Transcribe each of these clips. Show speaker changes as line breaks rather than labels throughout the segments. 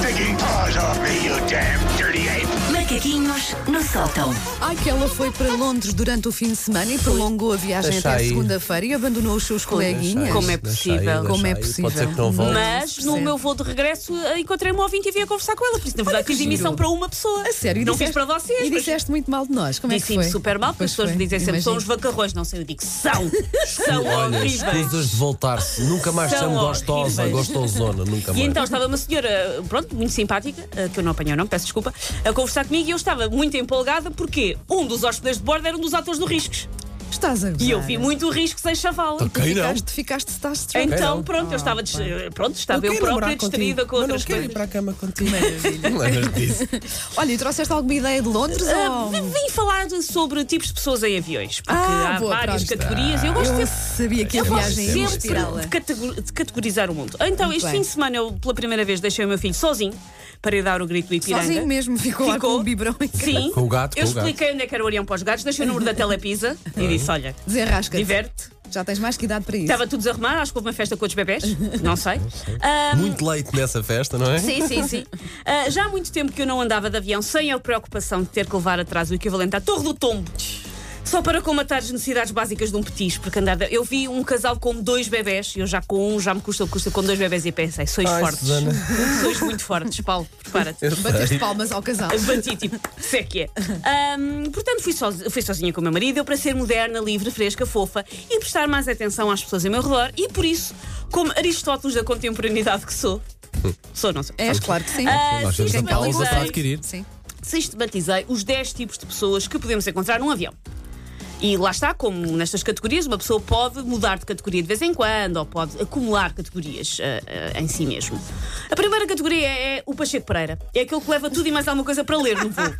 taking paws off me, you damn dirty ape!
Macaquinhos no sótão.
Ai, que ela foi para Londres durante o fim de semana e prolongou a viagem
Deixa
até
aí.
segunda-feira e abandonou os seus coleguinhas.
Como é
Deixa aí,
possível?
Como é
deixa aí.
possível?
Pode ser que não volte.
Mas no
Sim.
meu voo de regresso eh, encontrei-me ao ouvinte e vim a conversar com ela. Por isso, na verdade,
que
fiz
giro.
emissão para uma pessoa.
A sério, e
Não
disseste-
fiz para vocês.
E
mas
disseste muito mal de nós. Como é que foi?
Dissei-me super mal, porque
Pois
as pessoas me
foi,
dizem sempre são os
imagino.
vacarrões. Não sei, eu digo são. São
Olha,
horríveis.
escusas de voltar-se. Nunca mais
São
chamo gostosa,
horríveis.
gostosona. Nunca mais.
E então estava uma senhora, pronto, muito simpática, eh, que eu não apanhei o nome, peço desculpa, a conversar comigo e eu estava muito empolgada porque um dos hóspedes de bordo era um dos atores do Riscos.
Estás a gozar.
E eu vi muito o risco sem chavala.
Quem não?
Ficaste, ficaste, estás
Então,
não?
pronto,
Ah,
eu estava, des- eh, pronto, estava eu, própria distraída com outras coisas.
para a cama contigo. Lembras disso?
Olha, e trouxeste alguma ideia de Londres?
Ah,
ou-
vim- vim falar de- sobre tipos de pessoas em aviões, porque
Ah,
há
boa,
várias
pronto.
categorias. Eu gosto
Eu
sempre.
sabia que a
Eu gosto
viagem ia
sempre
inspirá-la.
de, catego- de categorizar o mundo. Então,
Muito
este
bem.
fim de semana, eu pela primeira vez deixei o meu filho sozinho para ir dar o grito do Ipiranga.
Sozinho mesmo, ficou, lá com o biberão em casa.
Sim.
Com o gato,
eu
com o gato.
expliquei onde é que era o olhão para os gatos, deixei o número da Telepisa e disse: Olha,
Desenrasca-te.
diverte.
Já tens mais que idade para isso.
Estava tudo desarrumado, acho que houve uma festa com outros bebés, não sei. Ah,
Muito leite nessa festa, não é?
Sim, sim, sim. Ah, já há muito tempo que eu não andava de avião sem a preocupação de ter que levar atrás o equivalente à Torre do Tombo. Só para comatar as necessidades básicas de um petis, porque andar. de- Eu vi um casal com dois bebés, eu já com um, já me custa, custa com dois bebés e pensei, sois
Ai,
fortes.
Susana.
Sois muito fortes, Paulo, prepara-te.
Eu sei.
Bateste palmas ao casal.
Bati, tipo, se é que é. Ahm, portanto, fui, sozi- fui sozinha com o meu marido, eu para ser moderna, livre, fresca, fofa e prestar mais atenção às pessoas em meu redor, e por isso, como Aristóteles da contemporaneidade que sou,
Hum.
sou, não sou.
És, claro que sim.
Ah,
Nós temos
sim,
a
sim,
pausa
sim.
para adquirir.
Sim.
sistematizei os 10 tipos de pessoas que podemos encontrar num avião. E lá está, como nestas categorias, uma pessoa pode mudar de categoria de vez em quando ou pode acumular categorias ah, ah, em si mesmo. A primeira categoria é o Pacheco Pereira. É aquele que leva tudo e mais alguma coisa para ler no voo.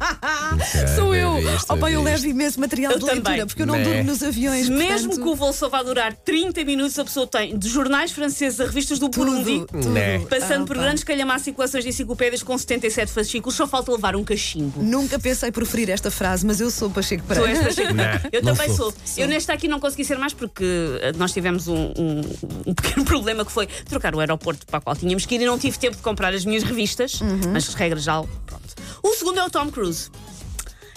É,
Sou eu.
ver isto,
Oh, pá,
ver
eu levo
isto.
imenso material
Eu
de
também.
leitura, porque eu não
é Né.
durmo nos aviões.
Mesmo
portanto,
que o voo só vá durar 30 minutos, a pessoa tem de jornais franceses a revistas do Burundi,
tudo, tudo.
Né.
passando
Ah,
por
pá.
grandes calhamaços e coleções de enciclopédias com 77 fascículos, só falta levar um cachimbo.
Nunca pensei proferir esta frase, mas eu sou Pacheco
Tu és
Pereira.
Pacheco Pereira.
Não,
Eu
Né? não
também
sou.
sou. Eu nesta aqui não consegui ser mais porque eh, nós tivemos um, um- um pequeno problema que foi trocar o aeroporto para o qual tínhamos que ir e não tive tempo de comprar as minhas revistas, mas regra geral, pronto. O segundo é o Tom Cruise.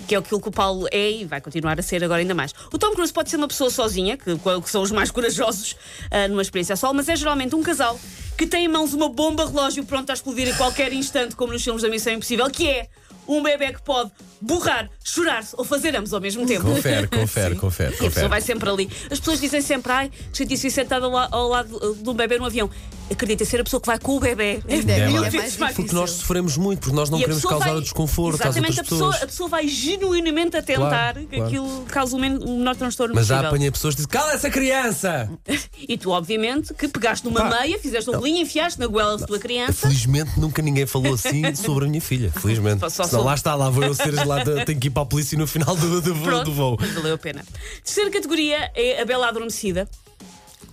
Que é aquilo que o Paulo é e vai continuar a ser agora ainda mais. O Tom Cruise pode ser uma pessoa sozinha, que, que são os mais corajosos ah, numa experiência a sol, mas é geralmente um casal que tem em mãos uma bomba relógio pronta a explodir a qualquer instante, como nos filmes da Missão Impossível, que é um bebê que pode borrar, chorar-se ou fazer ambos ao mesmo tempo.
Confere, confere, confere.
E a pessoa vai
confere.
sempre ali. As pessoas dizem sempre, ai, que chatice ir sentada lá- ao lado uh, de um bebê num avião. Acredita ser a pessoa que vai com o bebê.
Ainda é
mil
mais
vezes mais
Porque nós
difícil.
sofremos muito, porque nós não
E a
queremos
pessoa
causar
vai-
o desconforto às
Exatamente,
outras
a pessoa,
pessoas.
a pessoa vai genuinamente a tentar
Claro,
que
claro.
aquilo cause o, men- o menor transtorno
Mas já
possível.
apanhei pessoas que dizem: Cala essa criança!
E tu, obviamente, que pegaste numa meia, fizeste um bolinho, enfiaste na goela da tua criança.
Felizmente nunca ninguém falou assim sobre a minha filha. Felizmente.
Só- só
Senão
sou-
lá está, lá vou eu ser lá, tenho que ir para a polícia no final do, do, voo-
Pronto,
do voo.
mas valeu a pena. Terceira categoria é a bela adormecida.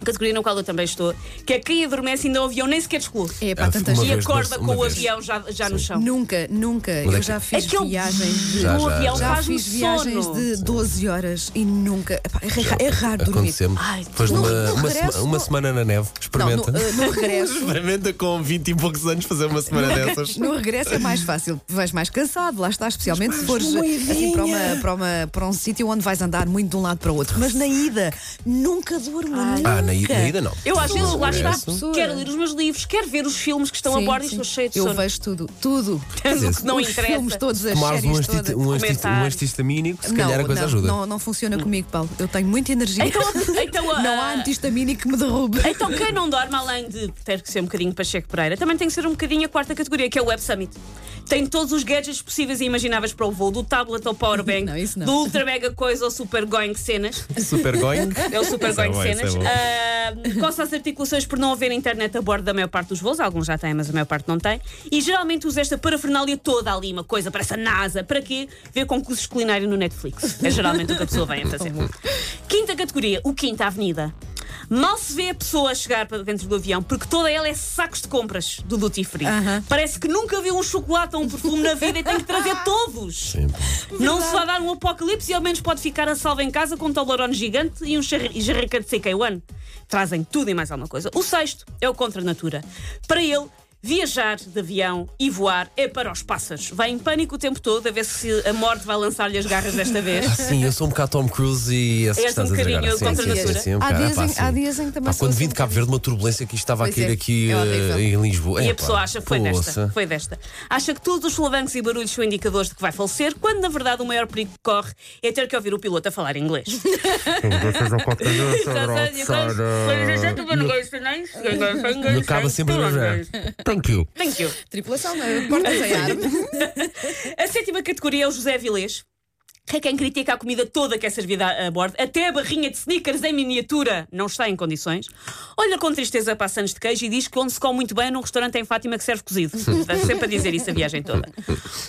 Categoria na qual eu também estou, que é quem adormece e ainda o avião nem sequer descolou.
É pá,
Ah,
tantas
uma
E
vez,
acorda
uma
com o
vez.
avião já, já no chão.
Nunca, nunca.
é
Eu
que-
já fiz
Aquele
viagens de.
Já,
já,
avião
Já
faz-me
fiz viagens
um
de
sono.
12 horas e nunca. Epá, é, ra- é raro dormir.
Aconteceu-me.
Ai,
Depois de
no-
uma,
no
uma,
regresso,
sema- uma
no-
semana na neve.
Não, no,
Experimenta.
eh, no regresso.
Experimenta com 20 e poucos anos fazer uma semana dessas.
No regresso é mais fácil, vais mais cansado, lá está, especialmente se fores assim, para, uma, para, uma- para um sítio onde vais andar muito de um lado para o outro. Mas na ida, nunca durmo. nunca.
Ah, na, i- na ida não.
Eu às
No
vezes lá está,
regresso.
quero ler os meus livros, quero ver os filmes que estão a
Sim,
bordo e
sim.
estou cheio de
Eu
sono.
vejo tudo, tudo.
Tanto que não
Os filmes
interessa.
todos, as
Tomares um,
séries
anti-
todas.
um, anti-
Comentar.
um antihistamínico, se
não,
calhar a coisa
não,
ajuda.
Não, não funciona comigo, Paulo. Eu tenho muita energia.
Então, então,
não
ah,
há antihistamínico que me derrube.
Então, quem não dorme, além de ter que ser um bocadinho Pacheco Pereira, também tem que ser um bocadinho a quarta categoria, que é o Web Summit. Tem todos os gadgets possíveis e imagináveis para o voo, do tablet ao powerbank,
Não, isso não.
do ultra mega coisa ao super going cenas.
Super going.
É o super
Isso é
going
bom,
cenas.
isso é bom.
Ah, coça as articulações por não haver internet a bordo da maior parte dos voos, alguns já têm, mas a maior parte não tem. E geralmente usa esta parafernália toda ali, uma coisa, parece a NASA. Para quê? Ver concursos de culinária no Netflix. É geralmente o que a pessoa vem a fazer. Quinta categoria, o Quinta Avenida. Mal se vê a pessoa a chegar para dentro do avião, porque toda ela é sacos de compras do Duty Free.
Aham.
Parece que nunca viu um chocolate ou um perfume na vida e tem que trazer todos. Não se vai dar um apocalipse e ao menos pode ficar a salvo em casa com um tolerone gigante e um charri- e jarrica de CK1. Trazem tudo e mais alguma coisa. O sexto é o contra natura. Para ele, Viajar de avião e voar é para os pássaros. Vai em pânico o tempo todo a ver se a morte vai lançar-lhe as garras desta vez.
Sim, eu sou um bocado Tom Cruise e esse que
És
estás
um
a dizer
bocadinho
agora. Sim,
contra
sim,
a
sim,
natura.
sim, um
Há
bocado,
dias
pá,
em-
sim.
há dias em que também
Pá,
sou
Quando
um
vim de Cabo Verde, uma turbulência que isto estava a
Pois
cair
é,
aqui
é
eh,
horrível.
em Lisboa.
E
É,
a pessoa
pá,
acha, foi desta,
poça.
foi desta. Acha que todos os solavancos e barulhos são indicadores de que vai falecer, quando na verdade o maior perigo que corre é ter que ouvir o piloto a falar inglês.
E
é E
acaba sempre a ver. Tranquilo.
Thank you.
Tripulação, não é? Portas em ar.
A sétima categoria é o José Vilês. Que é quem critica a comida toda que é servida a- a bordo, até a barrinha de sneakers em miniatura não está em condições. Olha com tristeza para a Santos de queijo e diz que onde se come muito bem é num restaurante em Fátima que serve cozido. Está sempre a dizer isso a viagem toda.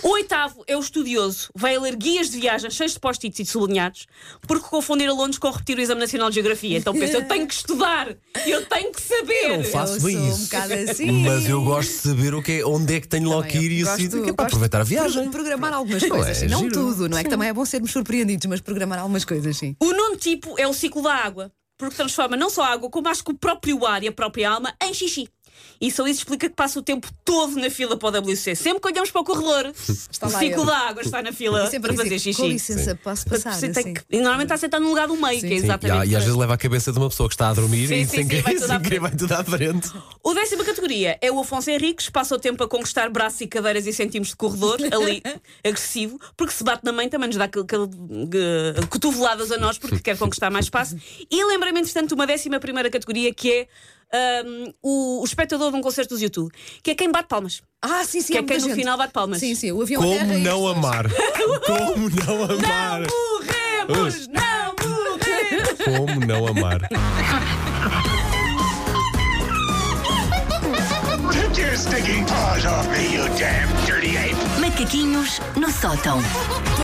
O oitavo é o estudioso. Vai a ler guias de viagem cheios de post-its e de sublinhados porque confundir a Londres com repetir o Exame Nacional de Geografia. Então pensa, eu tenho que estudar, eu tenho que saber.
Eu não faço
Eu
bem
sou um
isso.
bocado assim.
Mas eu gosto de saber o que é, onde é que tenho logo que ir e assim, que é para aproveitar a viagem.
Programar algumas coisas.
é
não
giro?
tudo, não é? Que também é bom sermos surpreendidos, mas programar algumas coisas, sim.
O nono tipo é o ciclo da água, porque transforma não só a água, como acho que o próprio ar e a própria alma em xixi. E só isso explica que passa o tempo todo na fila para o WC. Sempre que olhamos para o corredor, o
lá
ciclo
ele.
da água está na fila
E sempre
para fazer
dizer, é com
xixi.
licença, posso
Portanto,
passar?
você tem
assim.
que- e normalmente está sentado num lugar do meio, que
Sim,
é
e há-
exatamente.
e, às vezes leva a cabeça de uma pessoa que está a dormir
Sim,
e
sim,
sem
sim,
querer-
vai tudo à
sem querer vai tudo à frente.
O décima categoria é o Afonso Henriques, passa o tempo a conquistar braços e cadeiras e centimos de corredor, ali, agressivo, porque se bate na mãe também nos dá aquele- aquele, eh, cotoveladas a nós porque quer conquistar mais espaço. E lembra-me, entretanto, de uma décima primeira categoria que é ahm, o, o espectador de um concerto dos YouTube, que é quem bate palmas.
Ah, sim, sim.
Que
há
é quem
muita
no
gente.
final bate palmas.
Sim, sim. O avião
Como
aterra e-
não amar? Como não amar?
Morremos! Não morremos!
Como não amar?
Take your stinking paws off me, you damn dirty ape!
Macaquinhos no sótão.